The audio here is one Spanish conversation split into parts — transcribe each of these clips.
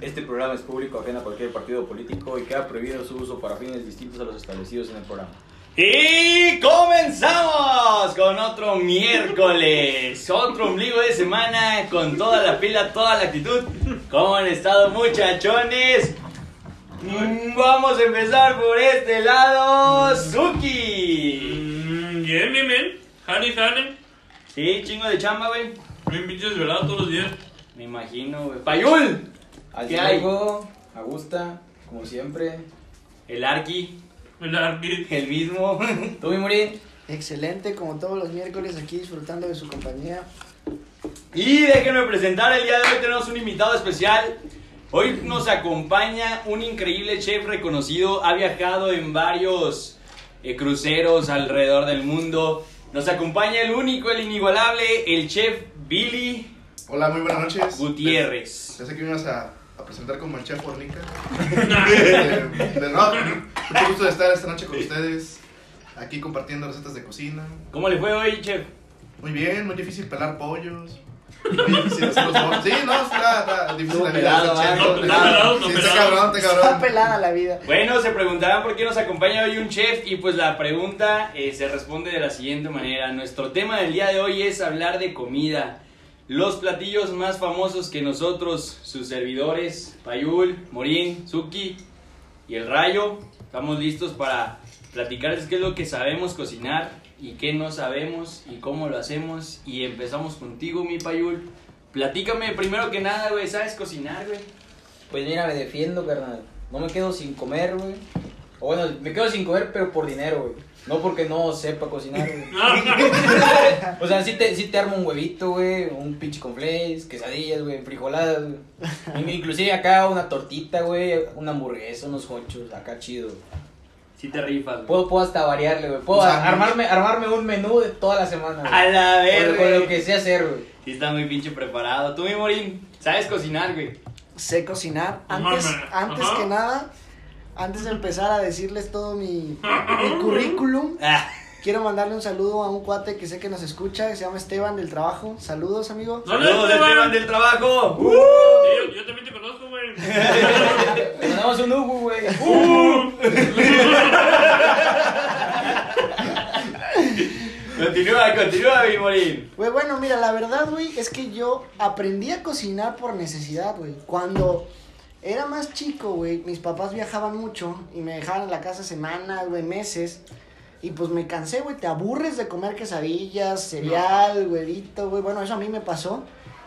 Este programa es público, ajeno a cualquier partido político y queda prohibido su uso para fines distintos a los establecidos en el programa. Y comenzamos con otro miércoles, otro ombligo de semana con toda la pila, toda la actitud. ¿Cómo han estado muchachones? Mm, Vamos a empezar por este lado, Suki. Mm, Bien, bien, bien. Harry sale. Sí, chingo de chamba, güey. Bien pinches velado todos los días. Me imagino, güey. ¡Payul! Al ¿Qué Diego, Augusta, como siempre. El Arqui, El arqui. el mismo. Tú, mi Muri. Excelente, como todos los miércoles aquí disfrutando de su compañía. Y déjenme presentar, el día de hoy tenemos un invitado especial. Hoy nos acompaña un increíble chef reconocido, ha viajado en varios eh, cruceros alrededor del mundo. Nos acompaña el único, el inigualable, el chef Billy Hola, muy buenas noches. Gutiérrez. Pensé que me ibas a, a presentar como el chef Fornica. Eh, de- no, mucho gusto de estar esta noche con ustedes, aquí compartiendo recetas de cocina. ¿Cómo le fue hoy, chef? Muy bien, muy difícil pelar pollos. Muy difícil hacer los bols. Sí, no, está, está difícil la vida de Pelado, ser ah, chef. no, Está pelado, no, Sí, está pelado. cabrón, está Está cabrón. pelada la vida. Bueno, se preguntarán por qué nos acompaña hoy un chef y pues la pregunta eh, se responde de la siguiente manera. Nuestro tema del día de hoy es hablar de comida. Los platillos más famosos que nosotros, sus servidores, Payul, Morín, Suki y el Rayo, estamos listos para platicarles qué es lo que sabemos cocinar y qué no sabemos y cómo lo hacemos. Y empezamos contigo, mi Payul. Platícame primero que nada, güey, ¿sabes cocinar, güey? Pues mira, me defiendo, carnal. No me quedo sin comer, güey. O bueno, me quedo sin comer, pero por dinero, güey. No porque no sepa cocinar, güey. Ah, O sea, sí te, sí te armo un huevito, güey, un pinche con flakes, quesadillas, güey, frijoladas, güey. In- Inclusive acá una tortita, güey, una hamburguesa, unos honchos, acá chido. Si te rifas, güey. Puedo, puedo hasta variarle, güey. Puedo Un sándwich. armarme, armarme un menú de toda la semana, A güey. la Con, verga. con lo que sé hacer, güey. Sí, está muy pinche preparado. Tú, mi morín, sabes cocinar, güey. Sé cocinar. Antes, Mamá. antes Ajá. que nada, antes de empezar a decirles todo mi, mi currículum, Ah, quiero mandarle un saludo a un cuate que sé que nos escucha, que se llama Esteban del Trabajo. Saludos, amigo. No, no, saludos, Esteban. Esteban del trabajo. Uh, Yo, yo también te conozco, güey. Le mandamos un Hugo, güey. Uh, Continúa, continúa, mi morín. Güey, bueno, mira, la verdad, güey, es que yo aprendí a cocinar por necesidad, güey. Cuando era más chico, güey, mis papás viajaban mucho y me dejaban en la casa semanas, güey, meses. Y pues me cansé, güey, te aburres de comer quesadillas, cereal, huevito, güey. Bueno, eso a mí me pasó.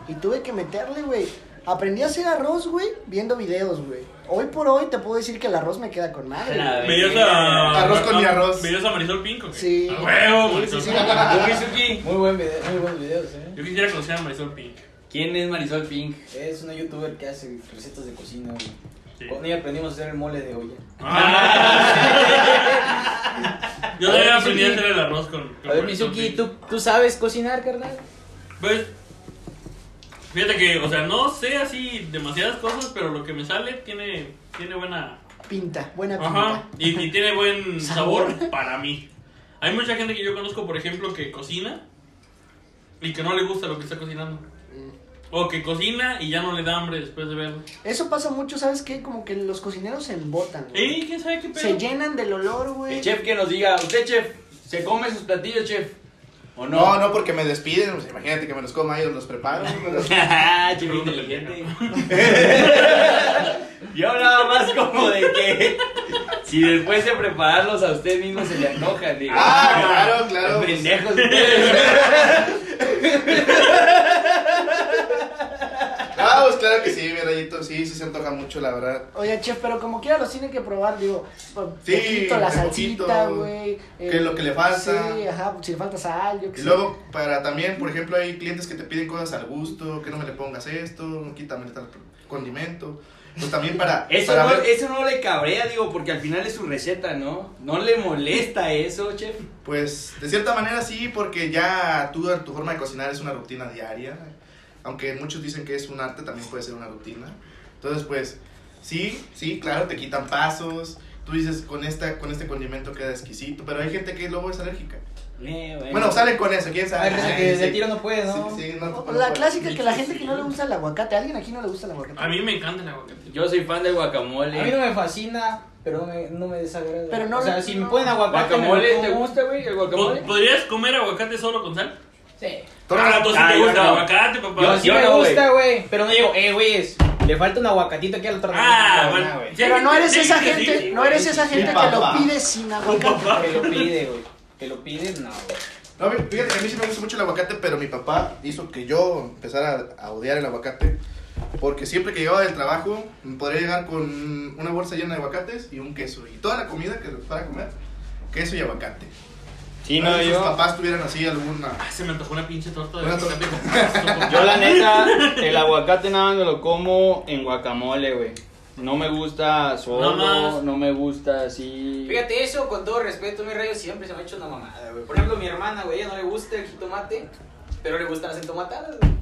Y tuve que meterle, güey. Aprendí a hacer arroz, güey, viendo videos, güey. Hoy por hoy te puedo decir que el arroz me queda con madre. A güey. la Veías a. Arroz con mi a- arroz. Veías a Marisol Pinco, güey. Sí. A huevo, Sí, Marisol sí, sí. Pinco. Ubizuki. Muy buen video, muy buenos videos, eh. Yo quisiera conocer a Marisol Pinco. ¿Quién es Marisol Pink? Es una youtuber que hace recetas de cocina, güey. Sí. Ah. Con ella aprendimos a hacer el mole de olla. Yo A ver, también aprendí a Mizuki. hacer el arroz con. con A ver, Marisol Mizuki, Pinco. ¿tú, ¿tú sabes cocinar, carnal? Pues. Fíjate que, o sea, no sé así demasiadas cosas, pero lo que me sale tiene, tiene buena. Pinta, buena pinta. Ajá, y, y tiene buen Sabor. sabor para mí. Hay mucha gente que yo conozco, por ejemplo, que cocina y que no le gusta lo que está cocinando. O que cocina y ya no le da hambre después de verlo. Eso pasa mucho, ¿sabes qué? Como que los cocineros se embotan, güey. ¡Ey! ¿Quién sabe qué Se pedo? llenan del olor, güey. El chef que nos diga, usted, chef, ¿se come sus platillos, chef? ¿O no? No, no, porque me despiden. pues, imagínate que me los coma ellos, los preparo. pero- Ah, chef inteligente. Yo hablaba más como de que si después de prepararlos a usted mismo se le antoja, digo. Ah, claro, claro. Los pues, pendejos ustedes. Ah, pues claro que sí, mi rayito. Sí, sí se antoja mucho, la verdad. Oye, chef, pero como quiera los tienen que probar, digo, po- Sí, poquito la de salsita, poquito, güey. que es lo que le falta. Sí, ajá, si le falta sal, yo qué Y sé. luego, para también, por ejemplo, hay clientes que te piden cosas al gusto, que no me le pongas esto, no quítame tal condimento. Pues también para, Eso para no, ver, eso no le cabrea, digo, porque al final es su receta, ¿no? No le molesta eso, chef. pues de cierta manera sí, porque ya tú, tu forma de cocinar es una rutina diaria. Aunque muchos dicen que es un arte, también puede ser una rutina. Entonces, pues, sí, sí, claro, te quitan pasos. Tú dices, con, esta, con este condimento queda exquisito, pero hay gente que luego es alérgica. Eh, Bueno, salen con eso, quién sabe. Hay gente que Ah, Sí, de sí. tiro no puede, ¿no? Sí, sí, no, no La puede. clásica es que la gente que no le gusta el aguacate, ¿a alguien aquí no le gusta el aguacate? A mí me encanta el aguacate. Yo soy fan A del mí guacamole. no me fascina, pero no me, no me desagrada. Pero no o sea, lo- si no. me ponen aguacate, ¿Guacamole? me Pues, ¿Te lo como. gusta, güey? ¿El ¿Po- guacamole? ¿Podrías comer aguacate solo con sal? Sí. Tortas- Ah, tú sí Ah, te yo gusta el no. aguacate, Yo papá. sí yo me no, güey. gusta, güey. Pero no digo, eh, güey, es- le falta un aguacatito aquí al otro Ah, lado". bueno. güey. sí hay Pero no gente- eres sí, esa sí, sí, gente, no eres esa sí, gente que papá. lo pide sin aguacate. Te lo pide, güey. Te lo pides, no, güey. No, mi- fíjate que a mí sí me gusta mucho el aguacate, pero mi papá hizo que yo empezara a, a odiar el aguacate. Porque siempre que llegaba del trabajo, me podría llegar con una bolsa llena de aguacates y un queso. Y toda la comida que fuera a comer, queso y aguacate. Sí, No, no, sé si sus yo. papás tuvieran así alguna. Ah, se me antojó una pinche torta de Una aguacate con queso. Yo la neta, el aguacate nada más me lo como en guacamole, güey. No me gusta solo, Nada más. no me gusta así. pues, Fíjate, eso con todo respeto, mi rayo siempre se me ha hecho una mamada, güey. Por ejemplo, mi hermana, güey, ella no le gusta el jitomate, pero le gustan las entomatadas, güey.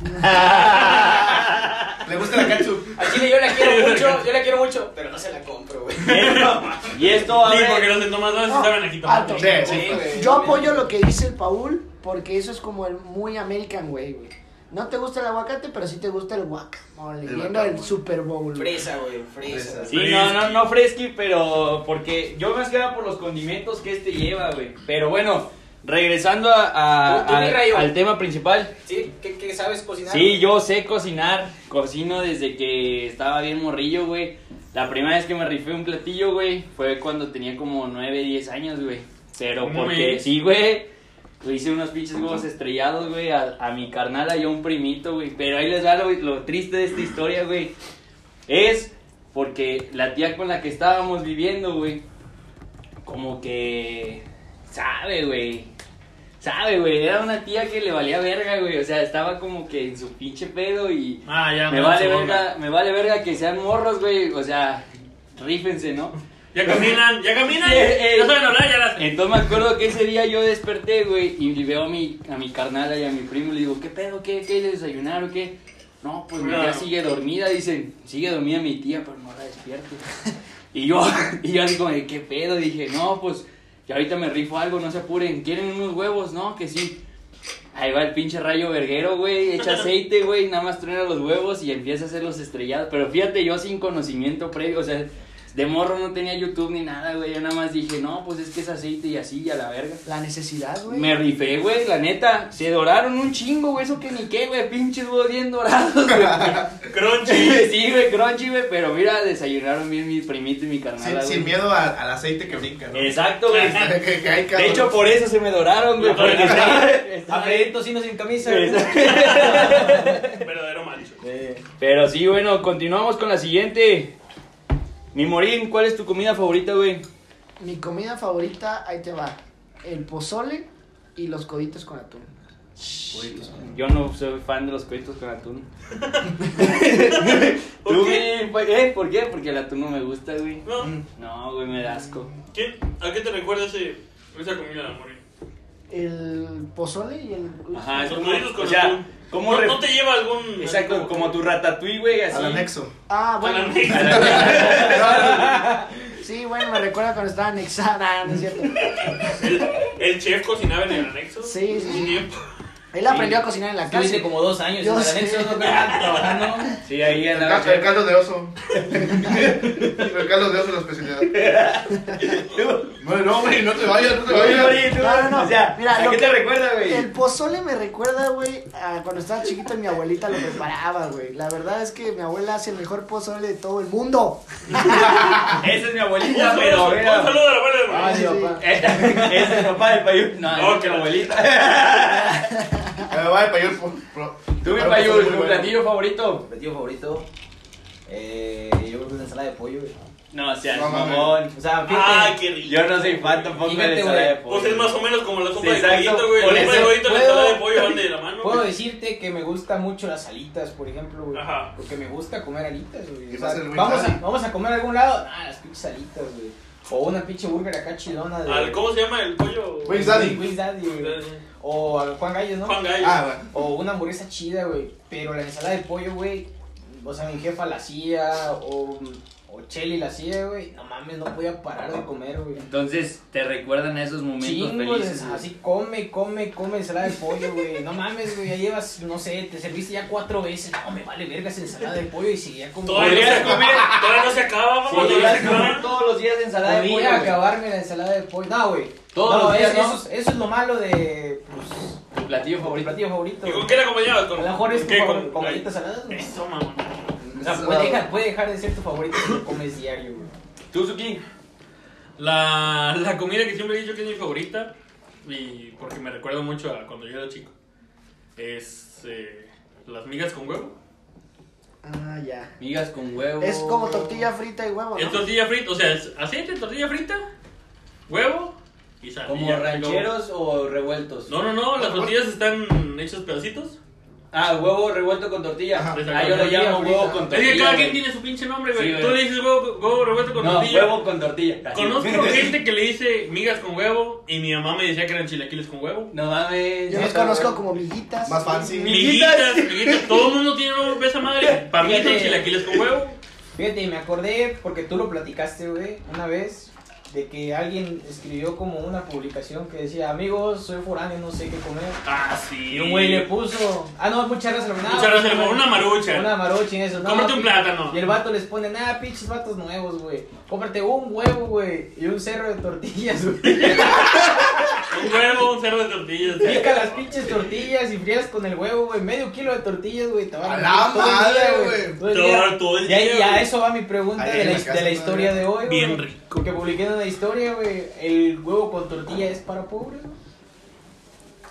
¿Le gusta la ketchup? Al chile yo la quiero mucho, yo la quiero mucho, pero no se la compro, güey. Y esto Sí, porque abre, los entomados sí No, Ah, saben aquí alto. Sí, tomate. sí. güey. Yo apoyo lo que dice el Paul porque eso es como el muy American way, güey. No te gusta el aguacate, pero sí te gusta el guacamole. El Viendo guacamole. el Super Bowl. güey. Fresa, güey, fresa. Sí, no, no, no fresqui, pero porque yo más que nada por los condimentos que este lleva, güey. Pero bueno, regresando a, a- Tú, tú, mi al- rayo. al tema principal. ¿Sí? ¿Qué, qué sabes cocinar? Sí, yo sé cocinar. Cocino desde que estaba bien morrillo, güey. La primera vez que me rifé un platillo, güey, fue cuando tenía como 9, 10 años, güey. Pero ¿Cómo porque ves? sí, güey. Le hice unos pinches huevos estrellados, güey, a, a mi carnal, y a un primito, güey. Pero ahí les va lo, lo triste de esta historia, güey. Es porque la tía con la que estábamos viviendo, güey, como que sabe, güey. Sabe, güey. Era una tía que le valía verga, güey. O sea, estaba como que en su pinche pedo y Ah, ya. me no, vale su onda. verga, me vale verga que sean morros, güey. O sea, rífense, ¿no? Ya caminan, ya caminan. Sí, eh, Ya saben hablar, ya las. Entonces me acuerdo que ese día yo desperté, güey, y veo a mi, a mi carnala y a mi primo, le digo, ¿qué pedo? ¿Qué? ¿Qué? ¿Le desayunaron? ¿Qué? No, pues mi tía No. sigue dormida, dicen, sigue dormida mi tía, pero no la despierto. Y yo, y yo así como, de, ¿qué pedo? Dije, no, pues, que ahorita me rifo algo, no se apuren, ¿quieren unos huevos? No, que sí. Ahí va el pinche rayo verguero, güey, echa aceite, güey, nada más truena los huevos y empieza a hacer los estrellados. Pero fíjate, yo sin conocimiento previo, o sea, de morro no tenía YouTube ni nada, güey, yo nada más dije, no, pues es que es aceite y así, y a la verga. La necesidad, güey. Me rifé, güey, la neta, se doraron un chingo, güey, eso que ni qué, güey, pinches huevos bien dorados, güey. Crunchy. sí, güey, crunchy, güey, pero mira, desayunaron bien mi primito y mi carnal, Sin, sin miedo a- al aceite que brinca, ¿no? Exacto, güey. Que- que hay De cabrón. hecho, por eso se me doraron, güey, porque estaba- estaba- Aprendí Ah, tocino sin camisa. güey. Exacto. Verdadero macho. Pero sí, bueno, continuamos con la siguiente. Mi Morín, ¿cuál es tu comida favorita, güey? Mi comida favorita, ahí te va. El pozole y los coditos con atún. Yo no soy fan de los cuentos con atún. ¿Por ¿Tú, güey? qué? ¿Eh? ¿Por qué? Porque el atún no me gusta, güey. No. No, güey, me da asco. ¿Qué? ¿A qué te recuerda ese, esa comida, amor? El pozole y el. Pues, Ajá, es Los como, doritos con o sea, atún. ¿cómo no, re- no te lleva algún. Exacto, como tu ratatouille, güey, así. Al anexo. Ah, A la bueno. negra. Sí, bueno, me recuerda cuando estaba anexada, ¿no es cierto? El, el chef cocinaba en el anexo. Sí, sí, En su sí. tiempo. Él aprendió a cocinar en la Yo hice calle. como dos años Yo en el sé. anexo, ¿no? Trabajando. Sí, ahí El, andaba. ca- el caldo de oso. el caldo de oso es la especialidad. Bueno, no, güey, no te vayas, no te vayas. No, no, no. O sea, Mira, ¿a lo qué que- te recuerda, güey? El pozole me recuerda, güey, a cuando estaba chiquito y mi abuelita lo preparaba, güey. La verdad es que mi abuela hace el mejor pozole de todo el mundo. Esa es mi Un abuelita, saludo, pero un era- saludo a la abuela de Morín. sí, papá. Esa es el papá del payún. No, No, es que mi la- abuelita. Ah, vaya, payol. por- por- Tú, mi payún, algo muy tu Ah, pues, bueno. platillo favorito. Mi platillo favorito, eh, yo creo que es la ensalada de pollo, güey. No, seas No, mames. mamón. O sea, Ah, fíjate. qué rico. Yo no soy fan tampoco de la Fíjate, ensalada de güey. pollo. Pues es más o menos como la sopa Sí, de exacto. pollito, güey. Por La sopa de eso pollito y la puedo- ensalada de pollo van de la mano. Puedo güey. decirte que me gustan mucho las alitas, por ejemplo, güey. Ajá. Porque me gusta comer alitas, güey. Y O sea, más el Wing vamos, a, Daddy. vamos a comer a algún lado. Ah, las pinches alitas, güey. O una pinche burger acá chilona de. Al- ¿Cómo se llama el pollo? Wings Daddy. Wings Daddy, güey. Juan O al Juan Gallo, ¿no? Gallo. Ah, va. O una hamburguesa chida, güey. Pero la ensalada de pollo, güey. O sea, mi jefa la hacía. O, O Cheli la hacía, güey. No mames, no podía parar de comer, güey. Entonces, te recuerdan a esos momentos Chingos, felices. güey. así come, come, come ensalada de pollo, güey. No mames, güey, ya llevas, no sé, te serviste ya cuatro veces. No, me vale vergas ensalada de pollo y seguía como... Todavía no se come, todavía no se acaba, vamos, Sí, todavía no se comer acaba. todos los días ensalada de Podía pollo. güey. acabarme la ensalada de pollo. No, güey. Todos No, los días, es- ¿no? eso, es- eso es lo malo de, pues, Tu platillo mi favorito. platillo favorito. ¿Y güey. con qué la acompañabas? A ¿Con, lo mejor es con tu Eh, qué? favor- Con- con galletas saladas, güey. Eso, mamón. O sea, puede dejar, puede dejar de ser tu favorito si lo comes diario, güey. ¿Tú, Suki? La, la comida que siempre he dicho que es mi favorita, y porque me recuerda mucho a cuando yo era chico, es eh, las migas con huevo. Ah, ya. Migas con huevo. Es como tortilla frita y huevo, Es ¿no? tortilla frita, o sea, es aceite, tortilla frita, huevo y sal. y ¿Como ya, luego- rancheros o revueltos? No, no, no, las tortillas están hechas pedacitos. Ah, huevo revuelto con tortilla. Ajá. Ah, yo lo Tortilla llamo frita. huevo con Es tortilla. que cada güey. quien tiene su pinche nombre, güey. Sí, güey. Tú le dices huevo, huevo revuelto con No, tortilla. huevo con tortilla. Conozco gente que le dice migas con huevo y mi mamá me decía que eran chilaquiles con huevo. No mames. Yo los conozco como miguitas. Más fancy. Mi- Miguitas, Miguitas. miguitas, todo el mundo tiene nombre de esa madre. Para mí son Fíjate. chilaquiles con huevo. Fíjate, me acordé porque tú lo platicaste, güey, una vez de que alguien escribió como una publicación que decía, amigos, soy foráneo, no sé qué comer. Ah, sí. Y un güey le puso, ah, no, muchas gracias, nada, Muchas gracias, güey, una marucha. Una marucha y eso, no. Cómprate un y- plátano. Y el vato les pone, nada, pinches vatos nuevos, güey. Cómprate un huevo, güey, y un cerro de tortillas, güey. Un huevo, un cerdo de tortillas. Pica las pinches tortillas y frías con el huevo, güey. Medio kilo de tortillas, güey. Te va A la todo el madre, día, güey. Todo el Te va a dar día. todo el Y ahí- día, y a güey. eso va mi pregunta Ahí de en la, la his- de casa la todavía. historia de hoy, güey. Bien rico. Que publiqué en una historia, güey. El huevo con tortilla es para pobres, güey.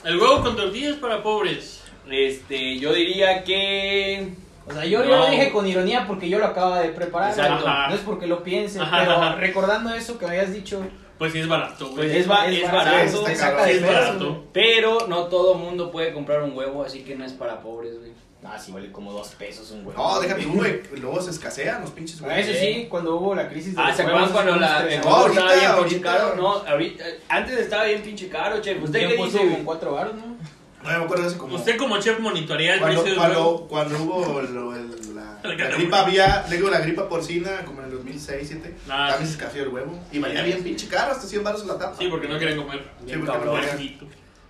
El huevo con tortillas para pobres. Este, yo diría que. O sea, yo, yo No. lo dije con ironía porque yo lo acababa de preparar. güey. Exacto. No es porque lo piense, Ajá, pero ajá. recordando eso que me habías dicho, Pues sí, es barato, güey. Pues es, ba- es es barato, barato, te saca sí, de es pedo, barato. güey. Pero no todo mundo puede comprar un huevo, así que no es para pobres, güey. Ah, sí, vale como dos pesos un huevo. No, déjate tú, güey. Luego se escasean los pinches Ah, güeyes. Eso sí, cuando hubo la crisis de Ah, los ¿se acuerdan huevos, cuando unos la tres el No, años? huevo estaba bien ahorita, pinche ahorita. caro? No, ahorita, antes estaba bien pinche caro, chef. ¿Usted qué ¿Quién puso dice? güey? con cuatro baros, no? No, yo me acuerdo de hace como... Usted como chef monitorea el Cuando, precio del cuando, huevo. cuando hubo lo- el- la, El la gato. gripa había, le digo la gripa porcina como en el 2006, 2007, Ah, también sí. se escaseó el huevo y valía bien pinche caro, hasta 100 baros la tapa. Sí, porque no quieren comer. Bien Sí, porque cabrón. no era. Maldito.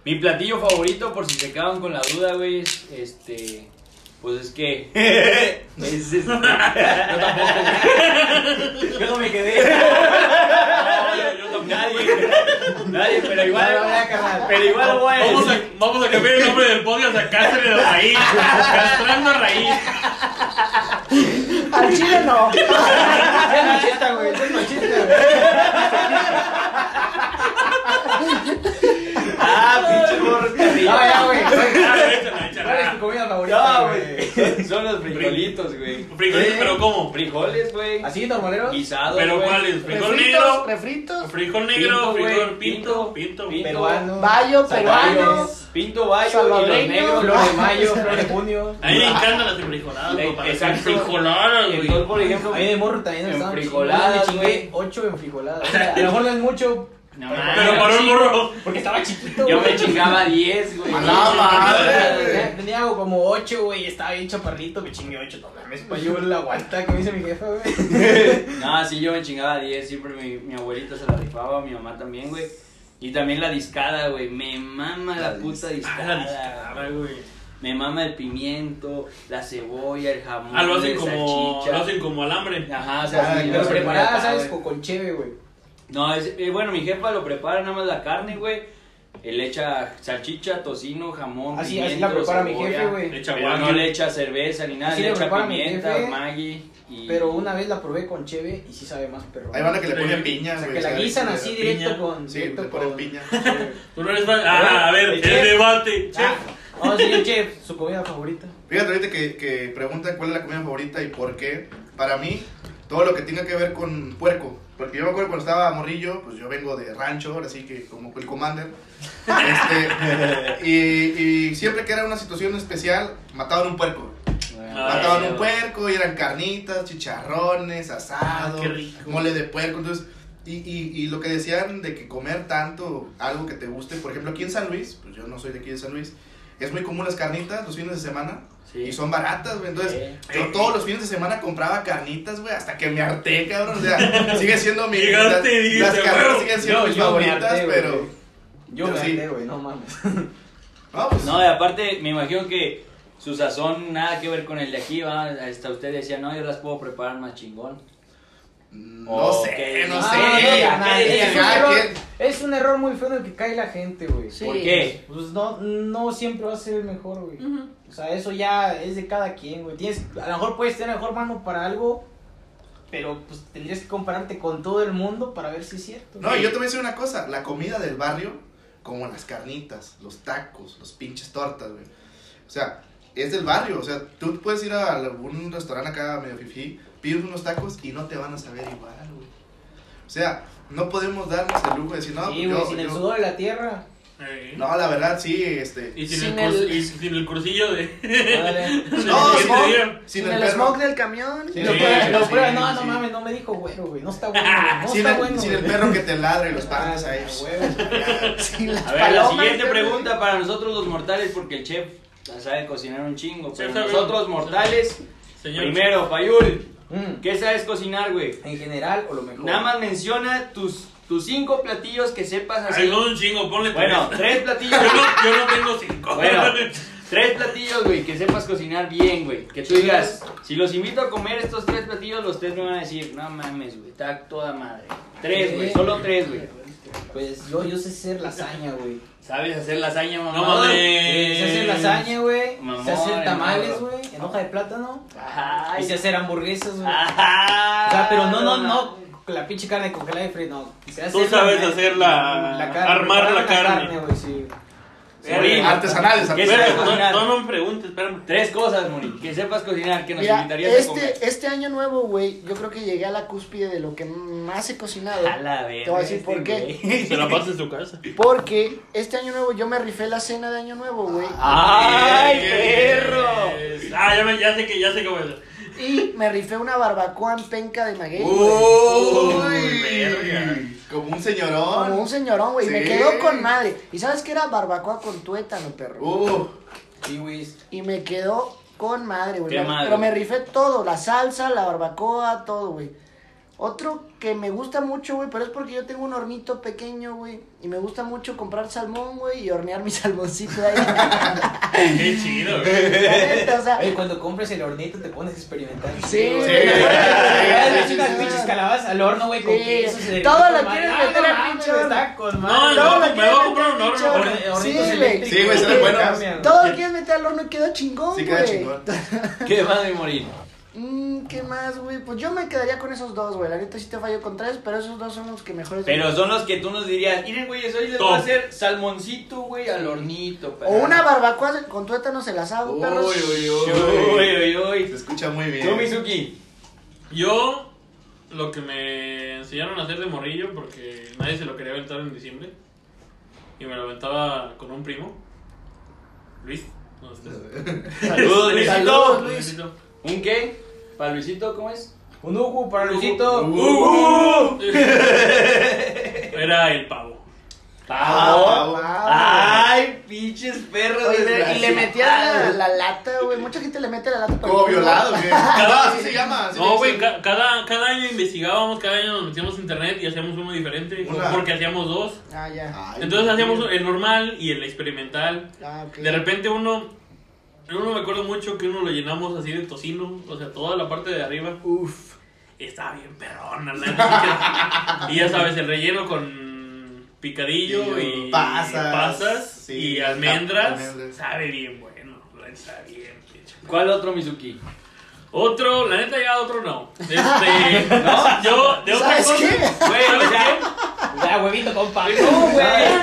Mi platillo favorito, por si se quedaban con la duda, güey, es, este. Pues es que. es este- Yo no me quedé. No, yo- yo tampoco, Nadie, güey. nadie, pero igual. No, no, no, carnal. Pero igual lo voy a Vamos a, decir. vamos a cambiar el nombre del podcast a Cáceres de Raíz. Castrando Raíz. Al chile no. Es machista, güey. Es machista, güey. Ah, pinche morro No, ya, güey. Ah, échala, échala. ¿Cuál es tu comida favorita, No, güey? güey. Son los frijolitos, güey. Frijoles, ¿Eh? pero ¿cómo? Frijoles, güey. ¿Así, normalero? Guisados. ¿Pero güey. cuáles? ¿Frijol Refritos, negro? refritos. Frijol negro, Pinto, güey, frijol pinto, pinto, pinto. Peruano. Bayo, peruano. Salvadoreños, Pinto Bayo y los Salvadoreños. negros. Flor de mayo, flor de junio. A mí me encantan las frijoladas, Ah. Eh, güey. para hacer exacto. Frijoladas, güey. Entonces, por ejemplo, A mí de morro también me En estaban frijoladas, chingando, me chingué güey. Ocho en frijoladas. O sea, a lo mejor no es mucho, No, Pero mames, para un sí, morro. porque estaba chiquito, Yo güey. Ah, me chingaba 10, güey. A la madre, güey. Tenía- Tenía como ocho, güey, y estaba bien chaparrito, me chingué ocho, no mames, pa' yo la aguanta que me dice mi jefa, Ah, güey. No, sí, yo me chingaba 10. Siempre mi, mi abuelita se la rifaba, mi mamá también, güey. Y también la discada, güey. Me mama la, La puta Ah, discada. la discada, güey. Me mama el pimiento, la cebolla, el jamón, Ah, lo hacen la como, salchicha. lo hacen como alambre. Ajá, o Ah, sea, sí, claro, lo Pero hacen preparada, como- ¿sabes? Con, con cheve, güey. No, es, eh, bueno, mi jefa lo prepara nada más la carne, güey. Eh, Le echa salchicha, tocino, jamón, Ah, Así- pimiento, así la prepara mi cebolla. jefe, güey. Echa Pero guaje. no le echa cerveza ni nada, Así le la echa prepara mi pimienta, jefe, Maggi y... Pero una vez la probé con cheve y sí sabe más perro. Hay banda que le Sí. pone piña, o sea, güey. que la ¿sabes? guisan así directo piña. con... Sí, directo le ponen con- piña. cheve. Tú no eres fan- Eh, Ah, a ver, el El chef. debate. Ah, Chef. Vamos a decir, chef, su comida favorita. Fíjate ahorita que, que preguntan cuál es la comida favorita y por qué. Para mí, todo lo que tenga que ver con puerco. Porque yo me acuerdo cuando estaba morrillo, pues yo vengo de rancho, ahora sí que como el commander. Este, y, y siempre que era una situación especial, mataban un puerco. Ah, Ay, Mataban un Dios. puerco y eran carnitas, chicharrones, asado, Ah, qué rico. mole de puerco. Entonces, y, y, y lo que decían de que comer tanto algo que te guste, por ejemplo, aquí en San Luis, pues yo no soy de aquí de San Luis, es muy común las carnitas los fines de semana. Sí. Y son baratas, güey. Entonces, Sí. yo todos los fines de semana compraba carnitas, güey, hasta que me harté, cabrón. O sea, sigue siendo mi. Llegaste y dijiste, las carnitas "Huevo". siguen siendo Yo- mis yo me favoritas, harté, güey. pero. Yo Pero me sí. harté, güey, no mames. No, pues, No, y aparte, me imagino que su sazón nada que ver con el de aquí, ¿va? Hasta usted decía, no, yo las puedo preparar más chingón. no Ok. sé, no Ah, sé. no, no, ya, nada, ya, es, un ya, error, ¿quién? es un error muy feo en el que cae la gente, güey. Sí. ¿Por qué? Pues no, no siempre va a ser el mejor, güey. O sea, eso ya es de cada quien, güey. Tienes, a lo mejor puedes tener la mejor mano para algo, pero pues tendrías que compararte con todo el mundo para ver si es cierto. No, güey. y yo te voy a decir una cosa, la comida del barrio, como las carnitas, los tacos, los pinches tortas, güey. O sea, es del barrio, o sea, tú puedes ir a algún restaurante acá medio fifí, pides unos tacos y no te van a saber igual, güey. O sea, no podemos darnos el lujo de decir, no, Sí, pues güey, yo- sin el yo- sudor de la tierra. Eh. No, la verdad, sí, este... Y sin, Sin el, curs- el- y sin el cursillo de. Ándale. No, del siguiente smoke, día. sin Sin el el perro. smog del camión. Sí. Lo prueba- lo sí, prueba, no, sí. no mames, no me dijo güero, güey. No está bueno, güey, No sin, está el, bueno. sin el güey. perro pues, que te ladre y los panes Ah, ahí. güey. Sin las A ver, la palomas, siguiente güey. pregunta para nosotros los mortales, porque el chef la sabe cocinar un chingo. Sí, Pero está bien. nosotros mortales, Señor. primero, Payul, Mm, ¿qué sabes cocinar, güey? En general, o lo mejor. Nada más menciona tus, tus cinco platillos que sepas Ay, así. no, un chingo, ponle Bueno, tres. tres platillos. Yo no, yo no tengo cinco. Bueno, tres platillos, güey, que sepas cocinar bien, güey. Que tú digas, si los invito a comer estos tres platillos, los tres me van a decir, no mames, güey, está toda madre. Tres, güey, solo tres, güey. Pues yo, yo sé hacer lasaña, güey. ¿Sabes hacer lasaña, mamá? No mames. Sí, sé hacer Eh, lasaña, güey. mamón, Sé hacer tamales, hermano. güey. En hoja de plátano. Ay, Ah, Y sé hacer hamburguesas, güey. Ajá. O sea, pero no, no, no. La pinche carne congelada y frita, no. Sé Tú hacer sabes la- hacerla- armar la carne. güey, sí. Sí, Oye, artesanales, ¿Qué Espera, sabes artesanales. cocinar? no, no me preguntes, espérame. Tres cosas, Moni, que sepas cocinar, que nos Mira, invitarías a comer. este, este año nuevo, güey, yo creo que llegué a la cúspide de lo que más he cocinado. A la verga. este Te voy a decir por qué. güey. Se la pasa en su casa. Porque este año nuevo yo me rifé la cena de año nuevo, güey. Ah. ¡Ay, perro! Eh, Ah, ya, me- ya sé que ya sé cómo es. Y me rifé una barbacoa en penca de maguey, güey. Uh. Uy, verga. Uy, como un señorón. Como un señorón, güey. y Me Sí. quedó con madre. ¿Y sabes qué era barbacoa con tuétano, perro? Uh, Sí, güey. es- Y me quedó con madre, güey. Qué Me- madre. Pero me rifé todo, la salsa, la barbacoa, todo, güey. Otro que me gusta mucho, güey, pero es porque yo tengo un hornito pequeño, güey. Y me gusta mucho comprar salmón, güey, y hornear mi salmoncito ahí. La Qué chido, güey. neta, o sea, Oye, cuando compras el hornito te pones a experimentar. Sí, güey. sí, Ay, sí, Unas sí, pinches sí. calabazas al horno, güey, con Sí. queso. se Todo derrite, lo madre. quieres Ah, meter al no pinche mames, horno. Está con No, madre. no, todo lo me voy a comprar un quieres meter horno. al Horne- pinche horno. Hornitos Sí, güey. eléctricos. Sí, güey, sale bueno. cambian, Todo güey. lo quieres meter al horno y queda chingón, sí güey. queda chingón. ¿Qué más, mi Moni? Mm, ¿Qué más, güey? Pues yo me quedaría con esos dos, güey. La neta sí te fallo con tres, pero esos dos son los que mejores. Pero son los que tú nos dirías, miren, güey, hoy les voy Top. a hacer salmoncito, güey, al hornito. O una barbacoa con tuétano se las hago, Uy, perros. uy, uy. Uy, uy, Se uy. escucha muy Tú, bien. Mizuki. Yo, lo que me enseñaron a hacer de morrillo, porque nadie se lo quería aventar en diciembre, y me lo aventaba con un primo, Luis. No, este- Saludos, Saludos, Luisito. Luis. Luisito. ¿Un qué? ¿Para Luisito, cómo es? Un ugu para Luisito. Ugu. ¡Uh! Era el pavo. Ah, Pavo. Ah, Ah, Ay, pinches perros. Oye, ve, y le metía desgraciados. la, la lata, güey. Mucha gente le mete la lata. pero- Como violado, güey. No, así se llama. así No, le güey, dicen. ca- cada, cada año investigábamos, cada año nos metíamos a internet y hacíamos uno diferente, Una. porque hacíamos dos. Ah, ya. Ay, Entonces hacíamos güey. el normal y el experimental. Ah, ok. De repente uno, uno me acuerdo mucho que uno lo llenamos así de tocino, o sea, toda la parte de arriba. Uf, estaba bien perrona. la neta. y ya sabes, el relleno con picadillo Y y pasas, pasas sí, y al- almendras. almendras. Sabe bien bueno, la neta, sabe bien. pinche. ¿Cuál otro Mizuki? Otro, la neta ya otro no. Este, no, yo de otra ¿Sabes cosa. qué? Güey, o ¿Sabes sea, Ya, huevito con pan. No, No,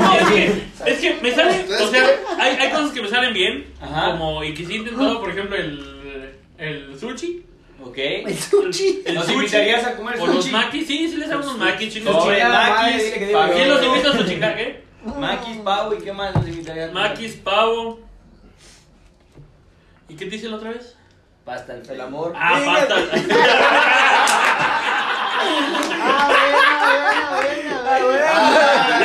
No, es güey. que, es que me salen, o sea, hay, hay cosas que me salen bien, Ajá. como y que sí he intentado, por ejemplo, el, el sushi. ok. El sushi. El ¿Nos sushi. invitarías a comer O los sushi? makis, sí, sí les hago unos makis, chinos. Sobre Chingada madre, maquis, dile que digo pa- yo. ¿Quién los ¿Quién invita a su chingaje? los- Maquis, pavo y qué más nos invitarías? a comer? Maquis, pavo. ¿Y qué te hice la otra vez? Pasta al El frente. amor. Ah, pasta. Ah, buena, buena, buena, buena. Ah,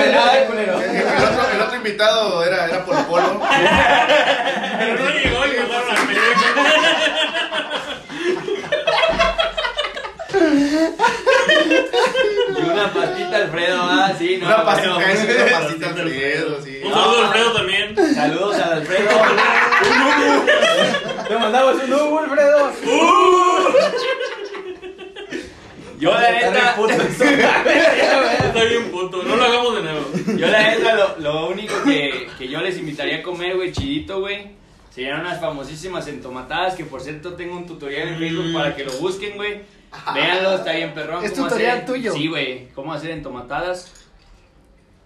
Nada, culero. El otro, el otro invitado era, era Polo Polo. Pero no llegó y mandaron al peluche. Y una pastita Alfredo, ah, sí, no. pues, Alfredo. Una pasita, es una pasita Alfredo, sí. Un saludo a Alfredo también. Saludos al Alfredo. Te mandamos un Hugo, Alfredo. Yo la neta, Está bien puto. No lo hagamos de nuevo. yo la neta, lo, lo único que, que yo les invitaría a comer, güey, chidito, güey. Serían unas famosísimas entomatadas que por cierto tengo un tutorial en Facebook Mm. para que lo busquen, güey. Véanlo, está bien perrón. Es cómo tutorial hacer- tuyo. Sí, güey, cómo hacer entomatadas.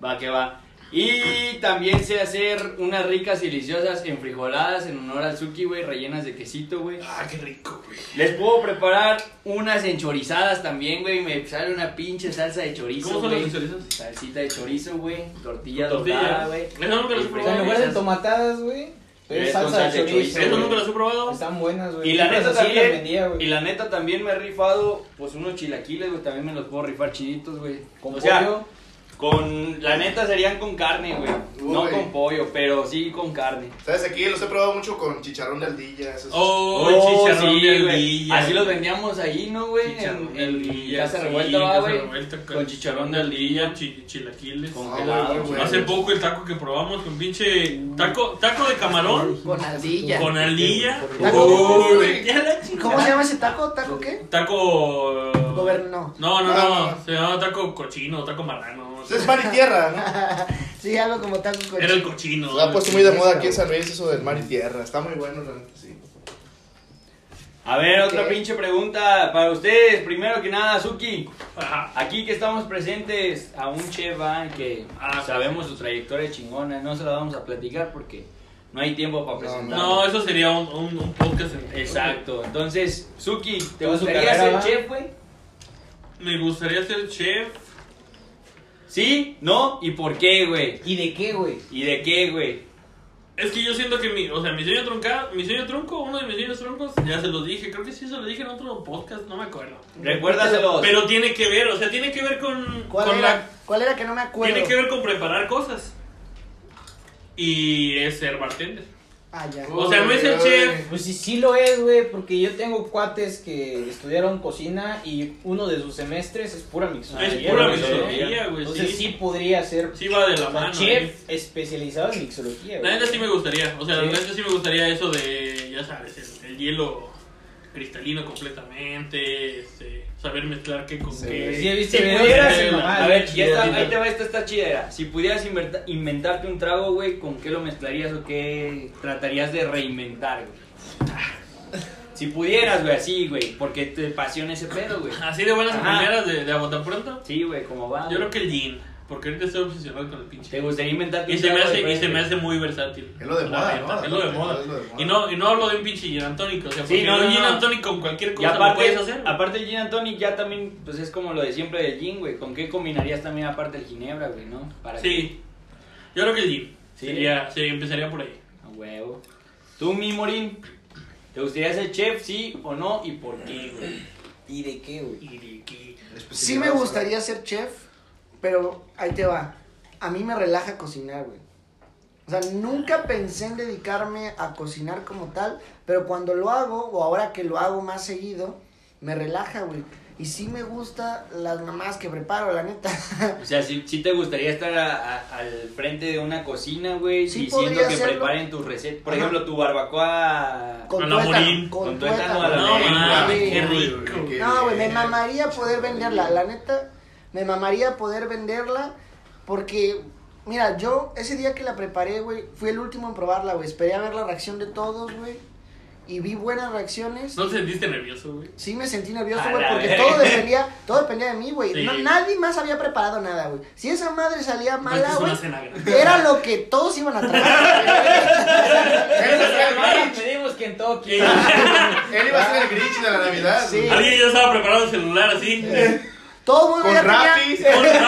Va que va. Y también sé hacer unas ricas y deliciosas enfrijoladas en honor al suki, güey, rellenas de quesito, güey. Ah, qué rico, güey. Les puedo preparar unas enchorizadas también, güey. Me sale una pinche salsa de chorizo, ¿Cómo son güey. las enchorizadas? Salsita de chorizo, güey. Tortilla Tortilla. dorada, güey. Eso nunca O sea, Y las he en probado. lugar de tomatadas, güey, Es es con salsa salsa de de chorizo. chorizo, Eso güey. nunca las he probado. Están buenas, güey. Y la Siempre neta las hacía y las también, vendía, y güey. la neta también me he rifado, pues unos chilaquiles, güey, también me los puedo rifar chiditos, güey. Con o sea, pollo. con, la neta serían con carne, güey. No Uy. con pollo, pero sí con carne. ¿Sabes? Aquí los he probado mucho con chicharrón de aldilla. esos- Oh, Oh, chicharrón sí, de güey. aldilla. Así los vendíamos ahí, ¿no, güey? En, Chicharrón de en aldilla, Casa sí, Revuelta, va, Casa güey. Revuelta, Con chicharrón de aldilla. chi- chilaquiles. Ah, congelado, güey, güey. güey. Hace poco el taco que probamos con pinche taco, taco de camarón Con aldilla. con aldilla. Taco- Uy, güey, ya la chingada. ¿Cómo se llama ese taco? ¿Taco qué? Taco. Gobernó. No, no, No, no. no. Se llamaba taco cochino, taco marrano. Pues Es mar y tierra, ¿no? Sí, algo como taco con Era el chile. cochino. Se ha puesto muy de moda aquí en San Luis eso del mar y tierra. Está muy bueno, la neta, sí. A ver, otra Ok. pinche pregunta para ustedes. Primero que nada, Suki, Ajá. aquí que estamos presentes a un chef ¿va? que Ah, sabemos su trayectoria chingona, no se la vamos a platicar porque no hay tiempo para No, presentar. No, eso sería un, un, un podcast. entero. Exacto, entonces, Suki, ¿te Toda su gustaría carrera, ser ¿va? chef, güey? Me gustaría ser chef. ¿Sí? ¿No? ¿Y por qué, güey? ¿Y de qué, güey? ¿Y de qué, güey? Es que yo siento que mi, o sea, mi sueño trunca, mi sueño trunco, uno de mis sueños truncos, ya se los dije, creo que sí se los dije en otro podcast, no me acuerdo. Recuérdaselos. Pero tiene que ver, o sea, tiene que ver con, ¿Cuál con era? ¿Cuál era que no me la, acuerdo? tiene que ver con preparar cosas. Y es ser bartender. Ah, ya. O sea, no es el Uy, chef. Pues sí, sí lo es, güey, porque yo tengo cuates que estudiaron cocina y uno de sus semestres es pura mixología. Es pura güey. mixología, güey. Entonces sí. Sí, podría ser sí va de la o sea, mano. eh. chef especializado en mixología, La güey. neta sí me gustaría, o sea, la Sí. neta sí me gustaría eso de, ya sabes, el, el hielo cristalino completamente, este, saber mezclar qué con Sí. qué. Sí, he visto Sí, videos puede de ser esa la- mamada. A ver, Chido, ya está, chido. ahí te va esta, esta chidera. Si pudieras inverta- inventarte un trago, güey, ¿con qué lo mezclarías o qué tratarías de reinventar, güey? Si pudieras, güey, así, güey, porque te apasiona ese pedo, güey. Así de buenas Ajá. maneras de, de agotar pronto. Sí, güey, como va. Yo güey? creo que el gin, porque ahorita estoy obsesionado con el pinche. Te gustaría inventarte Y un se me trago hace, de y se me frente? hace muy versátil. Es lo de La moda, neta, ¿no? Es lo de Es lo moda. de moda. Y no, y no hablo de un pinche gin and tonic, o sea, Sí, porque no, un no, gin no. and tonic con cualquier Y cosa lo aparte, puedes hacer. güey. aparte el gin and tonic ya también, pues es como lo de siempre del gin, güey. ¿Con qué combinarías también aparte el ginebra, güey, no? Para Sí. Yo creo que el gin. Sí. Sería, sí, empezaría por ahí. que- A huevo. Tú, mi Morín, ¿te gustaría ser chef, sí o no? ¿Y por qué, güey? ¿Y de qué, güey? Sí me gustaría ser chef, pero ahí te va. A mí me relaja cocinar, güey. O sea, nunca pensé en dedicarme a cocinar como tal, pero cuando lo hago, o ahora que lo hago más seguido, me relaja, güey. Y sí me gusta las mamás que preparo, la neta. O sea, si te gustaría estar a- a- al frente de una cocina, güey, Sí, diciendo podría que hacerlo. preparen tus recetas. Por Ajá. ejemplo, tu barbacoa. Con A la Morín, tuétano, con con tuétano tuétano. a la No, güey. mames, Sí. qué rico. No, güey, Eh, me mamaría poder venderla, la neta, me mamaría poder venderla porque, mira, yo ese día que la preparé, güey, fui el último en probarla, güey, esperé a ver la reacción de todos, güey, y vi buenas reacciones. ¿No te sentiste nervioso, güey? Sí me sentí nervioso, A güey, la porque verga. todo dependía, todo dependía de mí, güey. Sí. No- nadie más había preparado nada, güey. Si esa madre salía Antes mala, una güey, cena grande. era lo que todos iban a tragar. Pedimos Kentucky. Él iba a ser el Grinch de la Navidad. Sí. Alguien ya estaba preparando el celular así. Todo el mundo Con ya tenía-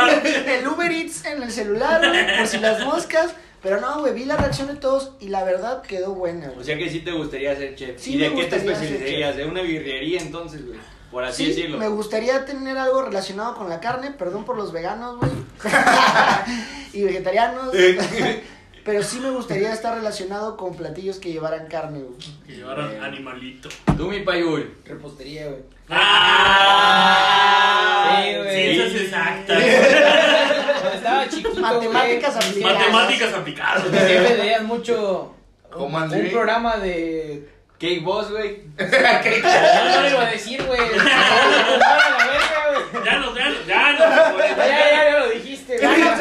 rapis. el Uber Eats en el celular, güey, por si las moscas. Pero no, güey, vi la reacción de todos y la verdad quedó buena, O güey. sea que sí te gustaría ser chef. Sí ¿Y de me qué te gustaría ser especializarías? ¿De una birrería entonces, güey? por así Sí, decirlo. me gustaría tener algo relacionado con la carne, perdón por los veganos, güey. y vegetarianos. Pero sí me gustaría estar relacionado con platillos que llevaran carne, güey. Que llevaran animalito. Tú, mi payul. Repostería, güey. ¡Ah! Sí, güey. Ciencias exactas. Cuando estaba chiquito, Matemáticas güey, aplicadas. Matemáticas aplicadas. Mis jefes veían mucho Como un André. programa de... Cake Boss, güey. No lo iba a decir, güey. Se acabó de jugar a la verga, güey. Ya nos, ya nos, ya nos. Ya, ya, ya lo dijiste, güey. Ya nos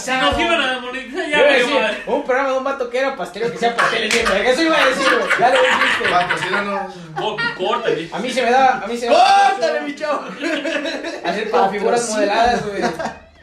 Si nos iban a demonetizar, Yo iba a ya decir, me madre. un programa de un vato que era pastelero que sea pastel bien verga. Eso iba a decir, güey. Ya lo dijiste. Patrocínanos. Oh, córtale. A mí se me daba, a mí se me daba. ¡Córtale, mi chavo! mucho Hacer como figuras modeladas, güey.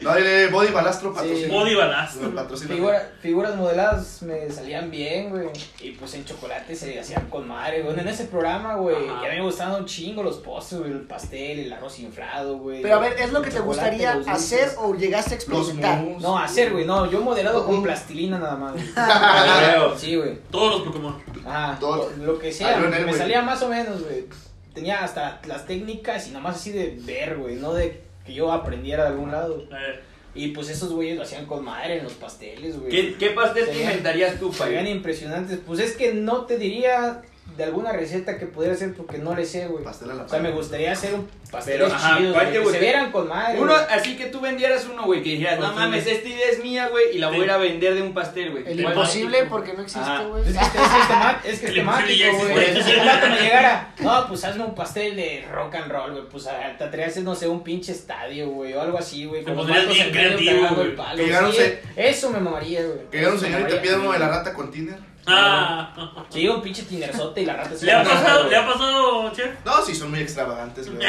No, dile, Body Balastro patrocina. Body balazo. No, patrocina. Figura- figuras modeladas me salían bien, güey. Y pues en chocolate se hacían con madre, güey. En ese programa, güey. Ajá. Y a mí me gustaban un chingo los postres, güey. El pastel, el arroz inflado, güey. Pero a ver, ¿es lo El que te chocolate, gustaría los dulces. hacer o llegaste a Los experimentar? mus. No, hacer, güey. No, yo modelado con Mm. plastilina nada más. güey. Ah, Ah, Creo. Sí, güey. Todos los Pokémon. Ah, Todo. lo que sea, Ah, Leonel, me güey. salía más o menos, güey. Tenía hasta las técnicas y nada más así de ver, güey, no de que yo aprendiera de algún lado. A ver, Y pues esos güeyes lo hacían con madre en los pasteles, güey. ¿Qué, qué pastel te Serían- inventarías tú, Sabían payul? impresionantes. Pues es que no te diría de alguna receta que pudiera hacer porque no le sé, güey. Pastel a la O sea, me pared. gustaría hacer un pastel Pero, ajá, chido, ¿cuál te que se gustaría? vieran con madre. Uno, güey. así que tú vendieras uno, güey, que dijeras, no Pues, mames, sí. esta idea es mía, güey, y la voy a ir a vender de un pastel, güey. El ¿Cuál? imposible porque no existe, Ah, güey. Es que este- es que es tema- es que es El imposible ya temático, existe. güey. Si un vato me llegara, no, pues hazme un pastel de rock and roll, güey. Pues a- te atreves, no sé, un pinche estadio, güey, o algo así, güey. Te con los pondrías vatos bien en medio creativo, cagando el güey. palo. Que llegaron Sí, se- Eso me mamaría, güey. Que llega un Eso me señor y te mamaría. pide uno de la rata con Tinder. Ah, Sí, un pinche tinerzote y la rata se ¿le ha la- pasado, le ha pasado, chef? No, sí, son muy extravagantes, güey.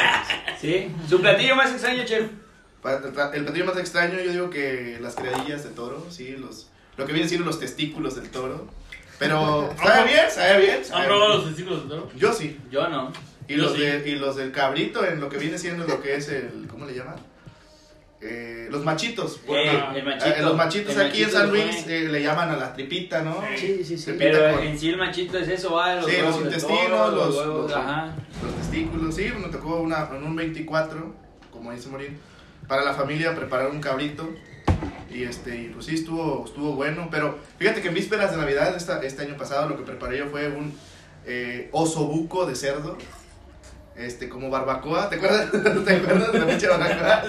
¿Sí? ¿Su platillo más extraño, chef? Para- El pla- el platillo más extraño, yo digo que las criadillas de toro, sí, los, lo que vienen siendo los testículos del toro. Pero, ¿sabe bien? ¿Sabe bien? ¿Han sabe probado bien. los testículos de toro? Yo sí. Yo no. Y Yo los, sí. de- y los del cabrito, en lo que viene siendo lo que es el. ¿Cómo le llaman? Eh, los machitos. Eh, Ah, el machito. los machitos El aquí en machito, San güey. Luis eh, le llaman a la tripita, ¿no? Sí, sí, sí. Tripita Pero con en sí el machito es eso, va, los Sí, los huevos de intestinos, toro, los- huevos, los- ajá. los testículos. Sí, me tocó una, en un 24, como dice Morín, para la familia preparar un cabrito. Y este, y pues sí, estuvo, estuvo bueno. Pero fíjate que en vísperas de Navidad, esta- este año pasado, lo que preparé yo fue un eh, oso buco de cerdo. Este, como barbacoa, ¿te acuerdas? ¿Te acuerdas de la pinche barbacoa?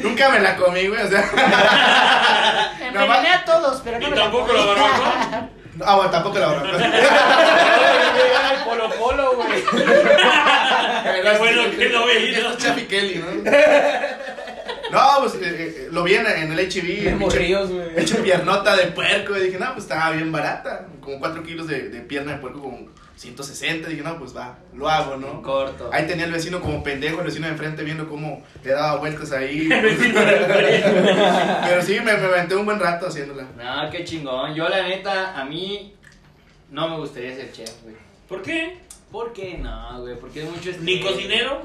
Nunca me la comí, güey, o sea. Envenené a todos, pero no ¿Y me la tampoco comí. la barbacoa? Ah, bueno, tampoco la barbacoa. Llegan al Polo Polo, güey. Qué bueno que lo vi, Esto ¿no? es Chapi Kelly, ¿no? No, pues eh, eh, lo vi en, en el HIV. Memo pinche- Ríos, güey. He hecho piernota de puerco. Y dije, no, pues estaba bien barata. Como 4 kilos de, de pierna de puerco, como 160. Dije, no, pues va, lo hago, ¿no? Corto. Ahí tenía el vecino como pendejo, el vecino de enfrente viendo cómo le daba vueltas ahí. Pero sí, me, me aventé un buen rato haciéndola. No, qué chingón. Yo, la neta, a mí no me gustaría ser chef, güey. ¿Por qué? ¿Por qué no, güey? Porque es mucho estrés. ¿Ni cocinero?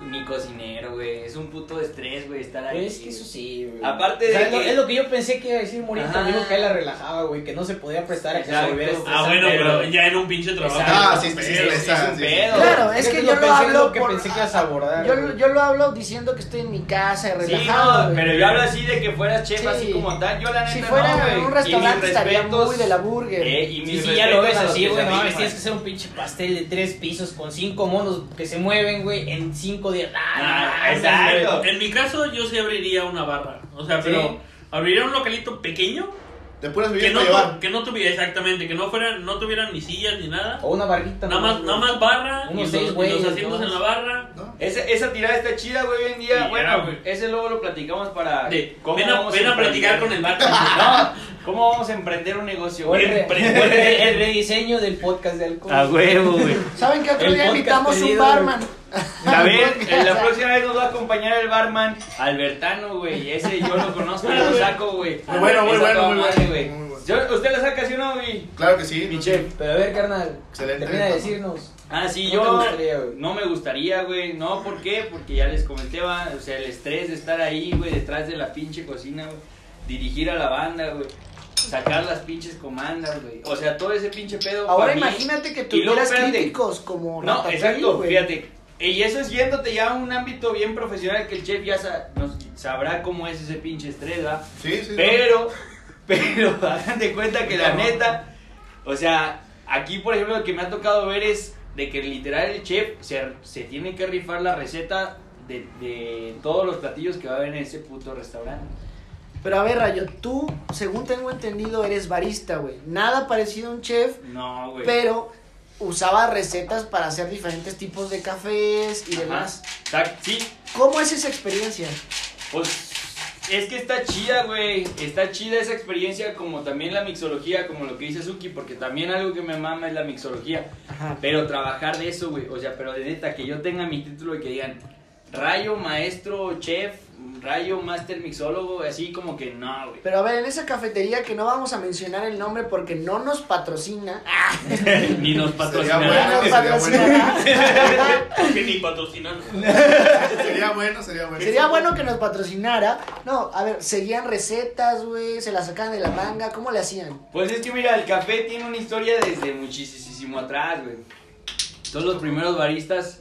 Ni cocinero, güey. Es un puto estrés, güey, estar ahí. Es que eso sí, güey. Aparte O sea, de es, lo, que- es lo que yo pensé que iba a decir Morita, Ajá. dijo que él la relajaba, güey, que no se podía prestar a que se Exacto. volviera Ah, estresante. bueno, pero- pero ya en un pinche trabajo. Exacto. Ah, sí, sí, es, sí, es, esa, un sí, sí. pedo. Claro, es que yo lo pensé, hablo lo que por- pensé que ibas a abordar. Yo, güey. yo lo hablo diciendo que estoy en mi casa, Sí, relajado. no, güey. pero yo hablo así de que fueras chef Sí. así como tal. Yo, la neta, si fuera no, güey. en Y un mis restaurante estaría respetos- muy de la burger. Eh, y Sí, mis sí, ya lo ves respetos a los así, que güey, se no mames, rifan. tienes que hacer un pinche pastel de tres pisos con cinco monos que se mueven, güey, en cinco días. Ah, no Ah, mames, exacto. güey. En mi caso, yo sí abriría una barra. O sea, Sí. pero abriría un localito pequeño De puras que bebidas no, para tu- llevar. que no tuviera, exactamente, que no fueran, no tuvieran ni sillas ni nada. O una barrita. Nada más, güey. nada más barra, y Unos los, seis y los güeyes, asientos ¿no? en la barra. ¿no? Ese- esa tirada está chida, güey, hoy en día. Sí, bueno, ya, güey. ese luego lo platicamos para. De, cómo ven a, vamos ven a platicar emprender. con el vato. No, ¿cómo vamos a emprender un negocio? O el, güey? re- o el re- el rediseño del podcast de alcohol. Ah, huevo, güey. ¿Saben qué otro El día podcast invitamos un perdido, barman? Ah, David, eh, la Podcast. próxima vez nos va a acompañar el barman Albertano, güey. Ese yo lo conozco, lo saco, güey. Muy bueno, muy Está bueno, toda muy madre, bueno, güey. muy bueno. Yo- ¿Usted la saca, sí o no, mi, Claro que sí. mi ¿no? chef? Pero a ver, carnal, Excelente. termina de decirnos. Ah, sí, ¿Cómo yo te gustaría, güey? no me gustaría, güey. No, ¿por qué? Porque ya les comenté, va, o sea, el estrés de estar ahí, güey, detrás de la pinche cocina, güey. Dirigir a la banda, güey. Sacar las pinches comandas, güey. O sea, todo ese pinche pedo. Ahora pa' mí- imagínate que Y luego, tuvieras espérate. críticos como No, Ratatouille, exacto, güey. fíjate. Y eso es yéndote ya a un ámbito bien profesional que el chef ya sa- nos- sabrá cómo es ese pinche estrella. Sí, sí. Pero, pero, hagan de cuenta que la neta, o sea, aquí por ejemplo lo que me ha tocado ver es de que literal el chef se, se tiene que rifar la receta de, de todos los platillos que va a haber en ese puto restaurante. Pero a ver, Rayo, tú, según tengo entendido, eres barista, güey. Nada parecido a un chef, No, güey. pero usaba recetas para hacer diferentes tipos de cafés y Ajá. demás. Tac- Sí, ¿Cómo es esa experiencia? Pues es que está chida, güey. Está chida esa experiencia, como también la mixología, como lo que dice Suki, porque también algo que me mama es la mixología. Ajá. Pero trabajar de eso, güey. O sea, pero de neta, que yo tenga mi título y que digan rayo maestro chef, rayo master mixólogo, así como que no, güey. Pero a ver, en esa cafetería que no vamos a mencionar el nombre porque no nos patrocina. Ni nos Sería patrocinarán. bueno, Nos sería bueno. patrocinará. Porque ni patrocinan. Sería bueno, sería bueno. Sería bueno que nos patrocinara. No, a ver, seguían recetas, güey, se las sacaban de la manga, ¿cómo le hacían? Pues es que mira, el café tiene una historia desde muchísimo atrás, güey. Todos los primeros baristas,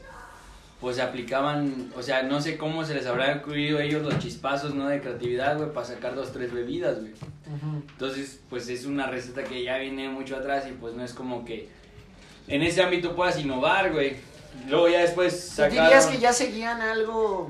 pues aplicaban, o sea, no sé cómo se les habrá ocurrido a ellos los chispazos, ¿no? De creatividad, güey, para sacar dos, tres bebidas, güey. Entonces, pues es una receta que ya viene mucho atrás y pues no es como que en ese ámbito puedas innovar, güey. Luego ya después ¿Tú sacaron... dirías que ya seguían algo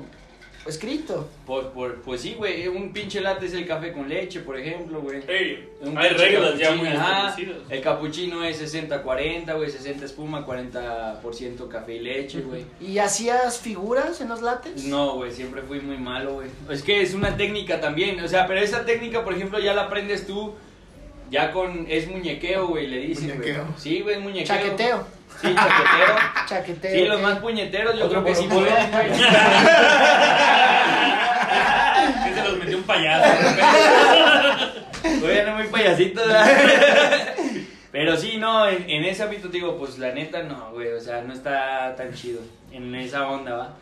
escrito? Por- por- pues sí, güey, un pinche latte es el café con leche, por ejemplo, güey. Ey, Un hay pinche reglas ya capuchino, Ah. muy ajá. establecidas. El capuchino es 60-40, güey, 60 espuma, 40% café y leche, güey. ¿Y hacías figuras en los lates? No, güey, siempre fui muy malo, güey. Es que es una técnica también, o sea, pero esa técnica, por ejemplo, ya la aprendes tú ya con es muñequeo, güey, le dicen, güey. Muñequeo. Sí, güey, es muñequeo. Chaqueteo. Sí, chaquetero. Chaqueteo. Sí, los ok. más puñeteros, yo Otro creo que sí, volumen. pueden, güey. Que se los metió un payaso. Oye, no muy payasito, ¿verdad? Pero sí, no, en, en ese ámbito te digo, pues la neta no, güey, o sea, no está tan chido en esa onda, ¿va?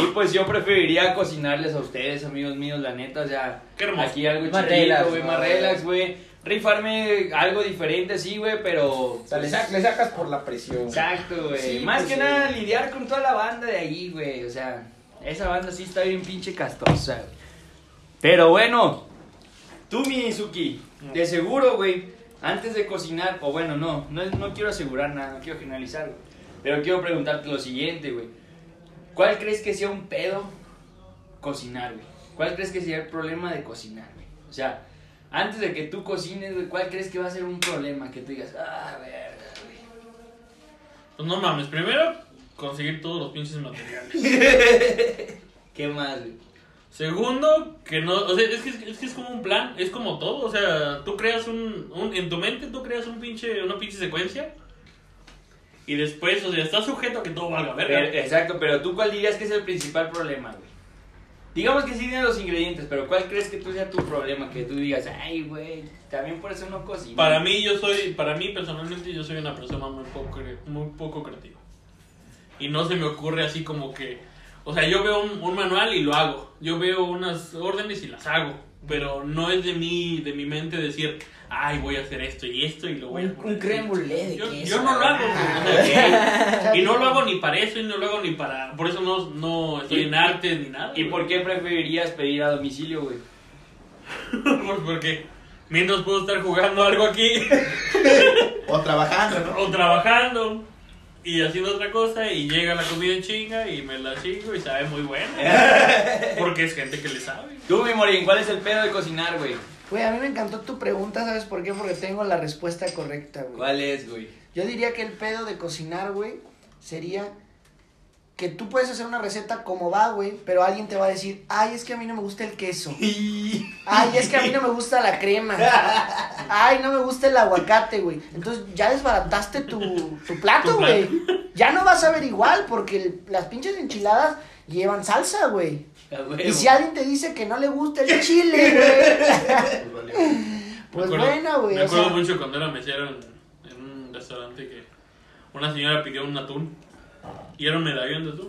Y pues yo preferiría cocinarles a ustedes, amigos míos, la neta, o sea, Qué hermoso. aquí algo Más chiquito, relax, güey, ¿no? más relax, güey. Rifarme algo diferente, sí, güey, pero... pues, O sea, le, sac- le sacas por la presión. Exacto, güey. Sí, más pues, que sí. nada lidiar con toda la banda de ahí, güey. O sea, esa banda sí está bien pinche castosa. güey. Pero bueno, tú, mi Suki, de seguro, güey, antes de cocinar, o bueno, no, no, no quiero asegurar nada, no quiero generalizar, güey, Pero quiero preguntarte lo siguiente, güey. ¿Cuál crees que sea un pedo cocinar, güey? ¿Cuál crees que sea el problema de cocinar, güey? O sea, antes de que tú cocines, güey, ¿cuál crees que va a ser un problema? Que tú digas, ah, verga, güey. Pues no mames, primero conseguir todos los pinches materiales. ¿Qué más, güey? Segundo, que no, o sea, es que es, que es como un plan, es como todo, o sea, tú creas un, un- en tu mente tú creas un pinche, una pinche secuencia y después, o sea, estás sujeto a que todo valga verga. Pero- exacto, pero tú cuál dirías que es el principal problema, güey. Digamos que sí tienes los ingredientes, pero ¿cuál crees que tú sea tu problema? Que tú digas, ay, güey, también por eso no cocino. Para mí yo soy, para mí personalmente yo soy una persona muy poco, cre- muy poco creativa. Y no se me ocurre así como que, o sea, yo veo un, un manual y lo hago. Yo veo unas órdenes y las hago, pero no es de mí, de mi mente decir, ay, voy a hacer esto y esto y lo voy a Un, poner un así". creme brulee de Yo, queso. Ah, yo no lo hago, güey, o sea, que- y no lo hago ni para eso y no lo hago ni para, por eso no, no estoy ¿Y- en arte ni nada. ¿Y por güey. qué preferirías pedir a domicilio, güey? Por- Porque mientras puedo estar jugando algo aquí. O trabajando, ¿no? o trabajando y haciendo otra cosa y llega la comida en chinga y me la chingo y sabe muy bueno. Porque es gente que le sabe. Tú, mi morín, ¿cuál es el pedo de cocinar, güey? Güey, a mí me encantó tu pregunta, ¿sabes por qué? Porque tengo la respuesta correcta, güey. ¿Cuál es, güey? Yo diría que el pedo de cocinar, güey, sería que tú puedes hacer una receta como va, güey, pero alguien te va a decir, ay, es que a mí no me gusta el queso. Ay, es que a mí no me gusta la crema. Ay, no me gusta el aguacate, güey. Entonces ya desbarataste tu, tu plato, Tu plato. güey. Ya no vas a ver igual porque el- las pinches enchiladas llevan salsa, güey. A Y huevo. si alguien te dice que no le gusta el chile, güey. Pues vale. Pues Me acuerdo- bueno, güey. Me o acuerdo sea, mucho cuando era mesero en, en un restaurante que una señora pidió un atún y era un medallón de atún.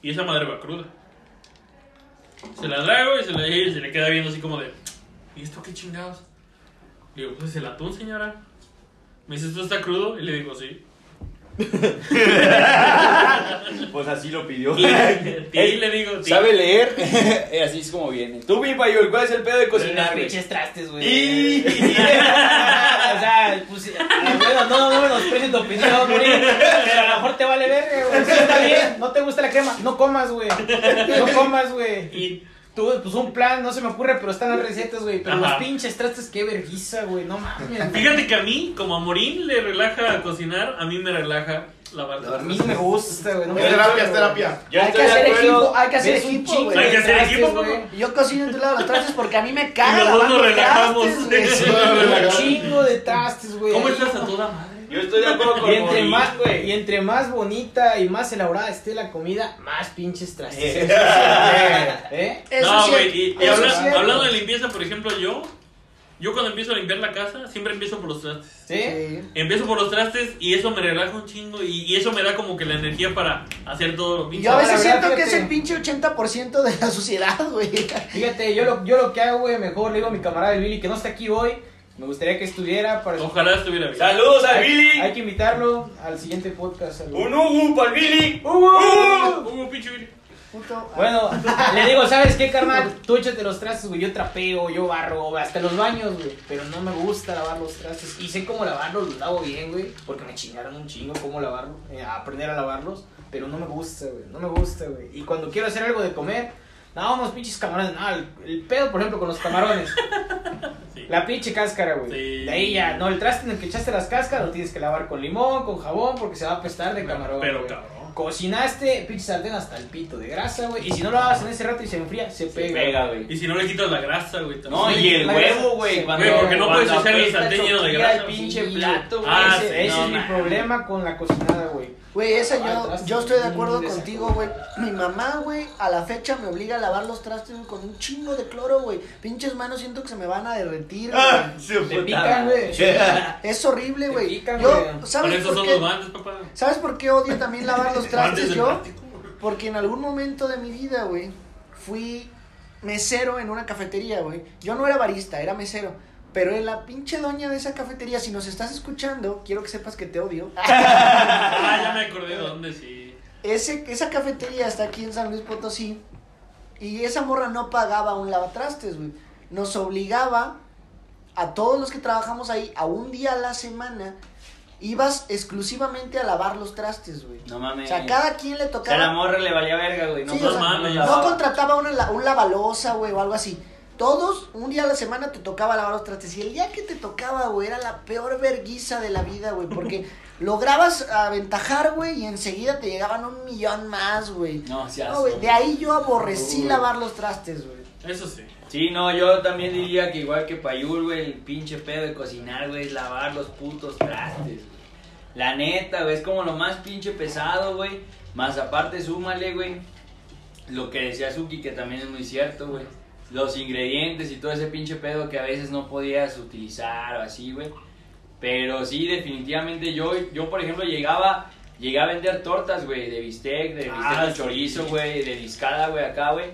Y esa madre va cruda. Se la trago y se, la, y se le queda viendo así como de, ¿y esto qué chingados? Le digo, pues es el atún, señora. Me dice, ¿esto está crudo? Y le digo, sí. Pues así lo pidió. Y le- y le digo, sí. ¿Sabe leer? Así es como viene. Tú, mi payol, ¿cuál es el pedo de Los cocinar, güey? pinches trastes, güey. Y... O sea, pues, eh, bueno, no, no menosprecies tu opinión, güey. Pero a lo mejor te vale verga, güey. Sí, está bien, no te gusta la crema. No comas, güey. No comas, güey. Y Tú, pues un plan, no se me ocurre, pero están las recetas, güey. Pero Ajá. los pinches trastes, qué vergüenza, güey. No mames. güey. fíjate que a mí, como a Morín le relaja cocinar, a mí me relaja lavar A Lavar. trastes. mí me gusta, güey. No me Es terapia, es gusta, güey. terapia. Yo Hay estoy que de hacer acuerdo. equipo, hay que hacer Ves un equipo, chingo güey. de Hay que hacer trastes, equipo, güey. Yo cocino en tu lado los trastes porque a mí me caga. Y los dos lavando nos relajamos. trastes, güey. Sí, Un chingo de trastes, güey. ¿Cómo estás a toda madre? Yo estoy de acuerdo con Y entre, Morín, más, güey. y entre más bonita y más elaborada esté la comida, más pinches trastes. Eh. ¿Eh? Eso no, sí, güey. Y, y eso habla- sí es. hablando de limpieza, por ejemplo, yo, yo cuando empiezo a limpiar la casa, siempre empiezo por los trastes. ¿Sí? Sí. Empiezo por los trastes y eso me relaja un chingo y, y eso me da como que la energía para hacer todo lo Y pinche. Yo a veces La siento verdad, que es fíjate. el pinche 80% de la suciedad, güey. Fíjate, yo lo, yo lo que hago, güey, mejor le digo a mi camarada el Billy que no está aquí hoy. Me gustaría que estuviera para. Ojalá estuviera bien. Saludos al Hay, hay Billy. que invitarlo al siguiente podcast. al- Un uhu para el Billy. ¡Uh! Hugo, pinche Billy. Puto. Bueno, le digo, ¿sabes qué, carnal? Tú échate los trastes, güey. Yo trapeo, yo barro, güey, hasta los baños, güey. Pero no me gusta lavar los trastes. Y sé cómo lavarlos, los lavo bien, güey. Porque me chingaron un chingo cómo lavarlos, aprender a lavarlos. Pero no me gusta, güey. No me gusta, güey. Y cuando quiero hacer algo de comer, no, unos pinches camarones. No, el, el pedo, por ejemplo, con los camarones. Sí. La pinche cáscara, güey. Sí. De ahí ya, no, el traste en el que echaste las cáscaras lo tienes que lavar con limón, con jabón, porque se va a apestar de camarón. Pero güey. cabrón. Cocinaste pinche sartén hasta el pito de grasa, güey. Y si no lo lavas en ese rato y se enfría, se pega. Pega, güey. Y si no le quitas la grasa, güey. también. No, y el La huevo, grasa- güey. sí. cuando- Güey, porque no cuando puedes hacer el apesta, sartén lleno de choquea grasa. el pinche Sí. plato, güey. Ah, ese sí, Ese no, es mi man. problema con la cocinada, güey. Güey, esa Lavar yo, trastes, yo estoy de un acuerdo desacuerdo. contigo, güey. Mi mamá, güey, a la fecha me obliga a lavar los trastes güey, con un chingo de cloro, güey. Pinches manos siento que se me van a derretir, güey. Ah, se pues. Te fue. pican, güey. Es horrible, Te güey. pican, Yo, güey. Por ¿sabes eso por son los qué? guantes, papá. ¿Sabes por qué odio también lavar los Guantes trastes de yo? plástico. Porque en algún momento de mi vida, güey, fui mesero en una cafetería, güey. Yo no era barista, era mesero. Pero en la pinche doña de esa cafetería, si nos estás escuchando, quiero que sepas que te odio. Ah, ya me acordé de dónde, sí. Ese, esa cafetería está aquí en San Luis Potosí. Y esa morra no pagaba un lavatrastes, güey. Nos obligaba a todos los que trabajamos ahí a un día a la semana. Ibas exclusivamente a lavar los trastes, güey. No mames. O sea, cada quien le O sea, la tocaba. morra le valía verga, güey. No, Sí, no o sea, mames. no No lavaba. contrataba una, la- un lavalosa, güey, o algo así. Todos, un día a la semana te tocaba lavar los trastes. Y el día que te tocaba, güey, era la peor verguiza de la vida, güey. Porque lograbas aventajar, güey, y enseguida te llegaban un millón más, güey. No, se No, güey, de ahí yo aborrecí lavar los trastes, güey. Eso sí. Sí, no, yo también diría que igual que Payul, güey, el pinche pedo de cocinar, güey, es lavar los putos trastes, güey. La neta, güey, es como lo más pinche pesado, güey. Más aparte, súmale, güey, lo que decía Suki, que también es muy cierto, güey. Los ingredientes y todo ese pinche pedo que a veces no podías utilizar o así, güey. Pero sí, definitivamente yo, yo por ejemplo, llegaba, llegué a vender tortas, güey, de bistec, de bistec Ah, al sí. chorizo, güey, de discada, güey, acá, güey.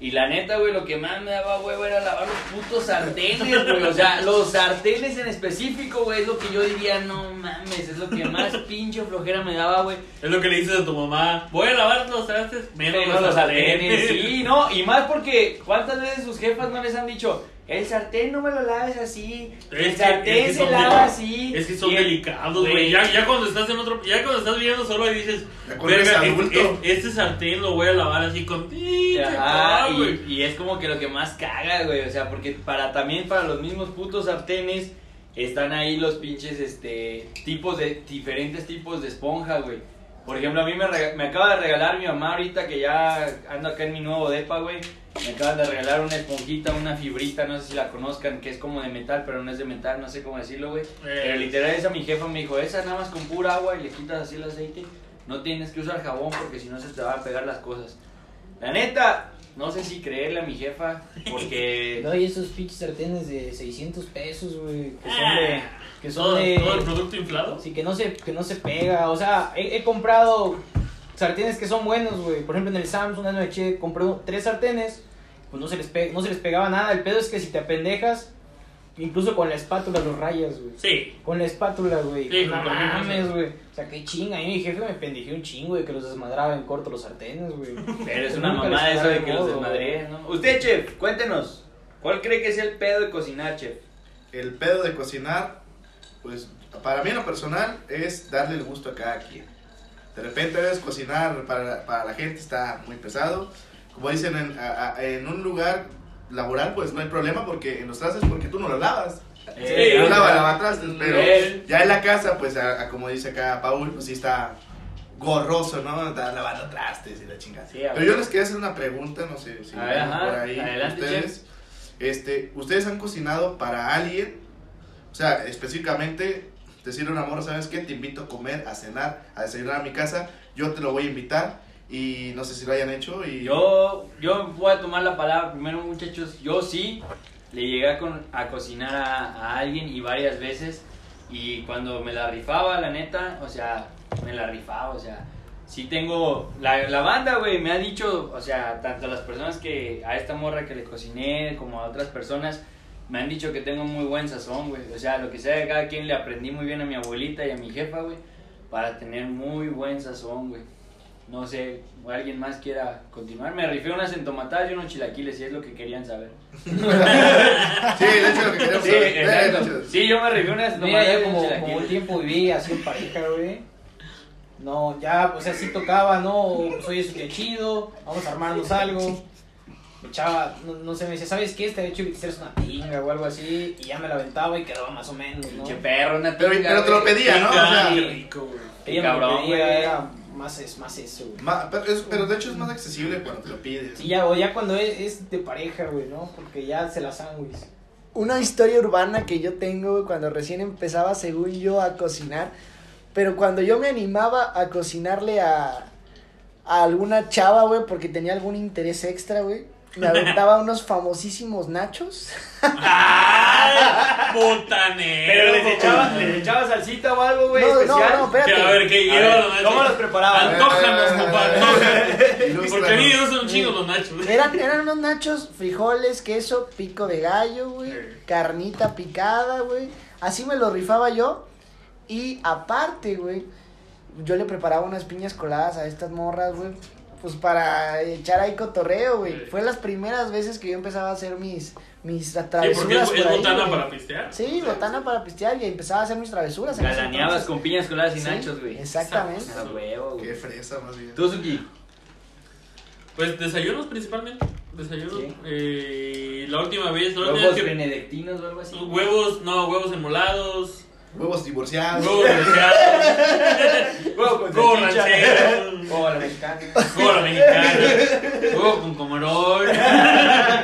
Y la neta, güey, lo que más me daba huevo era lavar los putos sartenes, güey. O sea, los sartenes en específico, güey, es lo que yo diría, no mames, es lo que más pinche flojera me daba, güey. Es lo que le dices a tu mamá. Voy a lavar los trastes, menos Pero los sartenes, sí, no, y más porque ¿cuántas veces sus jefas no les han dicho? El sartén no me lo laves así, el Es que- sartén es que se son lava deli- así. Es que son y el- delicados, güey. güey. Ya, ya cuando estás en otro, ya cuando estás viviendo solo y dices, Ya cuando eres verga, este, adulto". este- este sartén lo voy a lavar así con pinche Ajá, col, y, güey. y es como que lo que más caga, güey. O sea, porque para también para los mismos putos sartenes están ahí los pinches este tipos de diferentes tipos de esponja, güey. Por ejemplo, a mí me, rega- me acaba de regalar mi mamá ahorita que ya ando acá en mi nuevo depa, güey. Me acaban de regalar una esponjita, una fibrita, no sé si la conozcan, que es como de metal, pero no es de metal, no sé cómo decirlo, güey. Pero Eh. literal esa mi jefa me dijo, esa nada más con pura agua y le quitas así el aceite. No tienes que usar jabón porque si no se te van a pegar las cosas. La neta, no sé si creerle a mi jefa porque... No, y esos pinches sartenes de 600 pesos, güey. Que son de. Ah, Que son todo, de. todo el producto inflado. Sí, que no se, que no se pega. O sea, he, he comprado sartenes que son buenos, güey. Por ejemplo, en el Samsung una noche compré un- tres sartenes, pues no se les, pe- no se les pegaba nada. El pedo es que si te apendejas, incluso con la espátula los rayas, güey. Sí. Con la espátula, güey. Sí, no con cualquier cosa. mames, güey. O sea, qué chinga. Y mi jefe me pendejé un chingo de que los desmadraba en corto los sartenes, güey. Pero es una Nunca les mamada eso queda de que los modo, desmadreen, ¿no? Usted, chef, cuéntenos. ¿Cuál cree que es el pedo de cocinar, chef? El pedo de cocinar, pues para mí en lo personal es darle el gusto a cada quien. De repente a veces cocinar para, para la gente está muy pesado. Como dicen, en, a- a- en un lugar laboral pues no hay problema porque en los trastes porque tú no los lavas. Eh, yo lava, ah, lava trastes, pero Él. ya en la casa pues a- a como dice acá Paul, pues sí está gorroso, ¿no? Está lavando trastes y la chingada. Sí, a Pero yo les quería hacer una pregunta, no sé si A ver, hay ajá, por ahí adelante, ustedes. Este, ¿ustedes han cocinado para alguien? O sea, específicamente decirle a una morra, ¿sabes qué? Te invito a comer, a cenar, a desayunar a mi casa, yo te lo voy a invitar y no sé si lo hayan hecho y Yo, yo voy a tomar la palabra primero, muchachos. Yo sí le llegué a, con- a cocinar a, a alguien y varias veces. Y cuando me la rifaba, la neta, o sea, me la rifaba, o sea, sí tengo. La, la banda, güey, me ha dicho, o sea, tanto las personas que. A esta morra que le cociné, como a otras personas, me han dicho que tengo muy buen sazón, güey. O sea, lo que sea de cada quien le aprendí muy bien a mi abuelita y a mi jefa, güey, para tener muy buen sazón, güey. No sé, o alguien más quiera continuar. Me rifé unas entomatadas y unos chilaquiles, si es lo que querían saber. Sí, de hecho lo que queremos Sí, saber. Eh, exacto. de hecho, Sí, yo me rifé unas entomatadas Mira, y yo unos como, como un chilaquiles. tiempo viví así en pareja, güey. No, ya, o sea, sí tocaba, no, soy eso que chido, vamos a armarnos algo. Me echaba, no, no sé, me decía, ¿sabes qué? Estaría hecho que te hicieras una pinga o algo así, y ya me la aventaba y quedaba más o menos, ¿no? Pinche perro, una Pero, tinga, pero te lo güey. pedía, ¿no? O sea, Qué rico, güey. Ella cabrón, me lo pedía, güey. era más, es, más eso, güey. ma- pero, es- pero de hecho es más accesible cuando te lo pides. Sí, ya, o ya cuando es, es de pareja, güey, ¿no? Porque ya se la saben, güey. una historia urbana que yo tengo güey, cuando recién empezaba, según yo, a cocinar. Pero cuando yo me animaba a cocinarle a, a alguna chava, güey, porque tenía algún interés extra, güey, me aventaba unos famosísimos nachos. ¡Ah! Botanero. Pero les echabas, les echabas salsita o algo, güey, no, no, especial. no, espérate. Que, a ver, ¿qué? A Era ver, lo más- ¿Cómo los preparaban? Eh, Antójanos, compa, antójanos. Porque a mí Ilústranos. ellos son chingos los nachos. Eran, eran unos nachos, frijoles, queso, pico de gallo, güey, carnita picada, güey. Así me lo rifaba yo. Y aparte, güey, yo le preparaba unas piñas coladas a estas morras, güey. Pues para echar ahí cotorreo, güey. Sí. Fue las primeras veces que yo empezaba a hacer mis, mis Sí, porque es, travesuras. es por ahí, botana güey. para pistear. Sí, botana para pistear y empezaba a hacer mis travesuras. en ese Galaneabas entonces. con piñas coladas y Sí, nachos, güey. Exactamente. A huevo, Qué güey. fresa más bien. Tú, Suki. Pues desayunos principalmente. Desayunos. Sí. Eh, la última vez, la última Huevos vez que. benedictinos o algo así. Huevos, no, huevos emolados. Huevos divorciados. Huevos deseados. Huevo Ah, con Huevos salchicha. rancheros. O a la mexicana. Huevo a la mexicana. Huevo con camarón.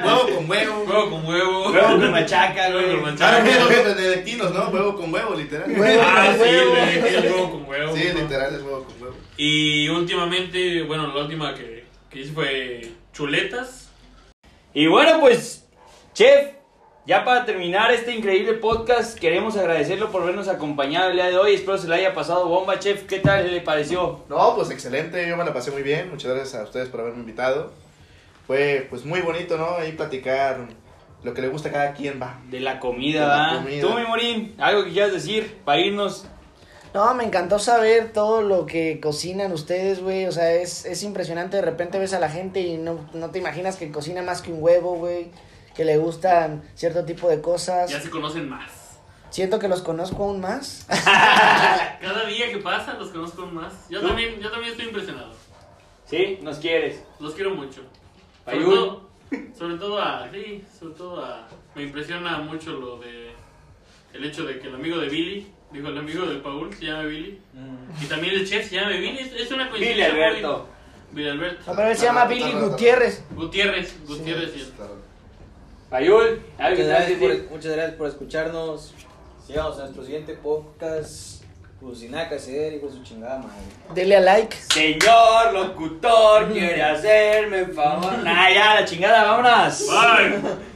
Huevo con huevo. Huevo con huevo. Huevo con machaca, Huevo con güey. Ah, machaca. Claro, mira, los benedictinos, ¿no? Huevo con huevo, literal. Huevo. Ah, sí, Huevo. le metí el huevo con huevo. Sí, ¿no? literal es huevo con huevo. Y últimamente, bueno, la última que, que hice fue chuletas. Y bueno, pues, chef, ya para terminar este increíble podcast, queremos agradecerlo por vernos acompañado el día de hoy. Espero se le haya pasado bomba, chef. ¿Qué tal le pareció? No, pues excelente, yo me la pasé muy bien. Muchas gracias a ustedes por haberme invitado. Fue pues muy bonito, ¿no? Ahí platicar lo que le gusta a cada quien va. De la comida, De la ¿verdad? comida. Tú, mi morín, algo que quieras decir para irnos. No, me encantó saber todo lo que cocinan ustedes, güey. O sea, es, es impresionante. De repente ves a la gente y no, no te imaginas que cocina más que un huevo, güey. Que le gustan cierto tipo de cosas. Ya se conocen más. Siento que los conozco aún más. Cada día que pasa los conozco más. Yo también, yo también estoy impresionado. ¿Sí? ¿Nos quieres? Los quiero mucho. Sobre Payún. todo, sobre todo a. Sí, sobre todo a. Me impresiona mucho lo de. El hecho de que el amigo de Billy, dijo el amigo de Paul, se llama Billy. Y también el chef se llama Billy. Es, es una Dile, coincidencia. muy- Mm. Alberto. Billy Alberto. No, pero él se llama Billy Gutiérrez. Gutiérrez, Gutiérrez. y el- Payul, algo que Muchas quieras gracias, decir. por, muchas gracias por escucharnos. Sigamos a nuestro siguiente podcast. Pues sin nada que hacer, hijo de su chingada madre. Dele a like. Señor locutor, quiere hacerme un favor. Nah, ya, la chingada, vámonos. Bye.